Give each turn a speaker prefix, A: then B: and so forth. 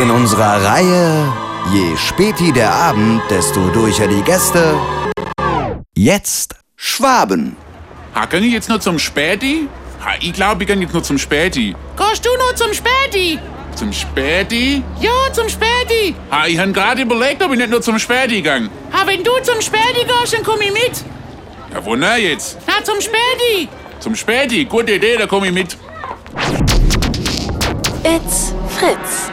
A: In unserer Reihe Je späti der Abend, desto durcher die Gäste. Jetzt Schwaben.
B: Hackeln Ah, die jetzt nur zum Späti? Ha, ich glaube, ich gehen jetzt nur zum Späti.
C: Gehst du nur zum Späti?
B: Zum Späti?
C: Ja, zum Späti.
B: Ha, ich habe gerade überlegt, ob ich nicht nur zum Späti gang.
C: Ha, wenn du zum Späti gehst, dann komm ich mit.
B: Ja, wunder jetzt.
C: Na, zum Späti.
B: Zum Späti, gute Idee, da komme ich mit.
D: It's Fritz.